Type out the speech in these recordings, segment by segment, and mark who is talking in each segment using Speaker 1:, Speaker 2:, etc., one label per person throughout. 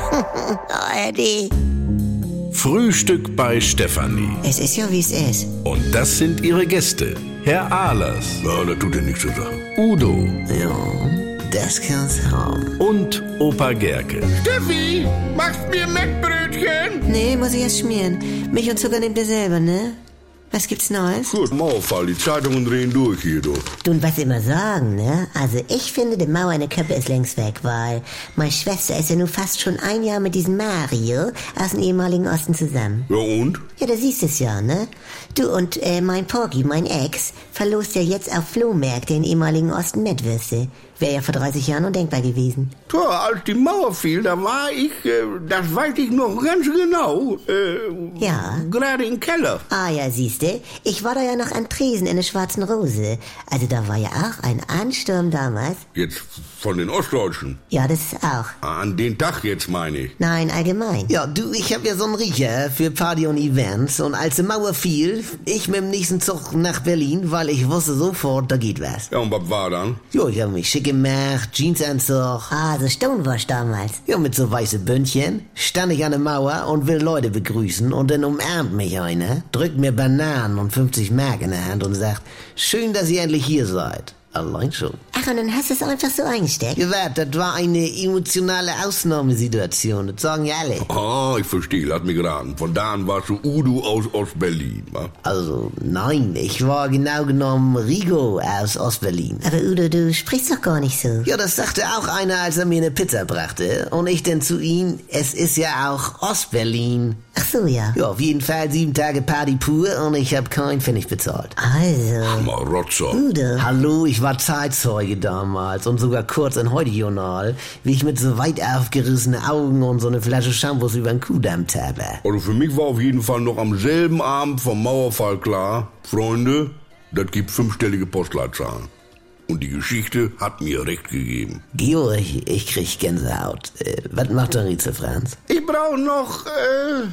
Speaker 1: Oh, ARD.
Speaker 2: Frühstück bei Stefanie.
Speaker 1: Es ist ja, wie es ist.
Speaker 2: Und das sind ihre Gäste. Herr Ahlers,
Speaker 3: Ja, das tut dir nichts zu sagen.
Speaker 2: Udo
Speaker 1: Ja, das kann's haben.
Speaker 2: und Opa Gerke.
Speaker 4: Steffi, machst mir Mettbrötchen?
Speaker 1: Nee, muss ich erst schmieren. Milch und Zucker nehmt ihr selber, ne? Was gibt's Neues?
Speaker 3: Gut, Mauerfall, die Zeitungen drehen durch hier, du.
Speaker 1: Du und was sie immer sagen, ne? Also ich finde, die Mauer in der Köppe ist längst weg, weil meine Schwester ist ja nun fast schon ein Jahr mit diesem Mario aus dem ehemaligen Osten zusammen.
Speaker 3: Ja und?
Speaker 1: Ja, da siehst es ja, ne? Du und äh, mein Porgy, mein Ex, verlost ja jetzt auf Flohmärkte in ehemaligen Osten Mettwürste. Wäre ja vor 30 Jahren undenkbar gewesen.
Speaker 3: Tja, als die Mauer fiel, da war ich, äh, das weiß ich noch ganz genau, äh,
Speaker 1: Ja.
Speaker 3: gerade im Keller.
Speaker 1: Ah ja, siehste, ich war da ja noch an Tresen in der Schwarzen Rose. Also da war ja auch ein Ansturm damals.
Speaker 3: Jetzt von den Ostdeutschen.
Speaker 1: Ja, das auch.
Speaker 3: An den Tag jetzt, meine ich.
Speaker 1: Nein, allgemein.
Speaker 5: Ja, du, ich hab ja so einen Riecher für Party und Events und als die Mauer fiel, ich mit dem nächsten Zug nach Berlin, weil ich wusste sofort, da geht was.
Speaker 3: Ja, und was war dann?
Speaker 5: Jo, ich hab mich schick gemacht, Jeansanzug.
Speaker 1: Ah, so Stonewash damals.
Speaker 5: Ja, mit so weißen Bündchen stand ich an der Mauer und will Leute begrüßen und dann umarmt mich einer, drückt mir Bananen und 50 Mark in der Hand und sagt, schön, dass ihr endlich hier seid. Allein schon.
Speaker 1: Ach, und dann hast du es einfach so eingesteckt?
Speaker 5: Gewahrt, das war eine emotionale Ausnahmesituation, das sagen ja alle.
Speaker 3: Ah, ich verstehe, lass mich raten. Von da an warst du Udo aus Ostberlin, wa?
Speaker 5: Also, nein, ich war genau genommen Rigo aus Ostberlin.
Speaker 1: Aber Udo, du sprichst doch gar nicht so.
Speaker 5: Ja, das sagte auch einer, als er mir eine Pizza brachte. Und ich denn zu ihm, es ist ja auch Ostberlin.
Speaker 1: Ach so, ja.
Speaker 5: Ja, auf jeden Fall sieben Tage Party pur und ich hab keinen Pfennig bezahlt.
Speaker 1: Also,
Speaker 3: Mal Rotzer.
Speaker 1: Udo.
Speaker 5: Hallo, ich war Zeitzeuge damals und sogar kurz in heute Journal, wie ich mit so weit aufgerissenen Augen und so eine Flasche Shampoos über den Kuhdamm tappe.
Speaker 3: Also für mich war auf jeden Fall noch am selben Abend vom Mauerfall klar, Freunde, das gibt fünfstellige Postleitzahlen. Und die Geschichte hat mir recht gegeben.
Speaker 5: Georg, ich krieg Gänsehaut. Äh, was macht der Rätsel, Franz?
Speaker 3: Ich brauche noch äh,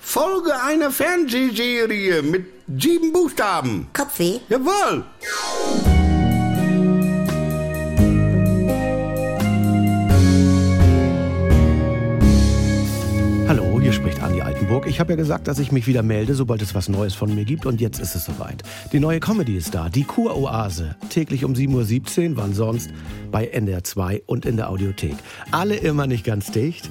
Speaker 3: Folge einer Fernsehserie mit sieben Buchstaben.
Speaker 1: Kopfweh?
Speaker 3: Jawohl.
Speaker 6: Hallo, hier spricht Andi Altenburg. Ich habe ja gesagt, dass ich mich wieder melde, sobald es was Neues von mir gibt. Und jetzt ist es soweit. Die neue Comedy ist da, die Kuroase. Täglich um 7.17 Uhr, wann sonst, bei NDR 2 und in der Audiothek. Alle immer nicht ganz dicht.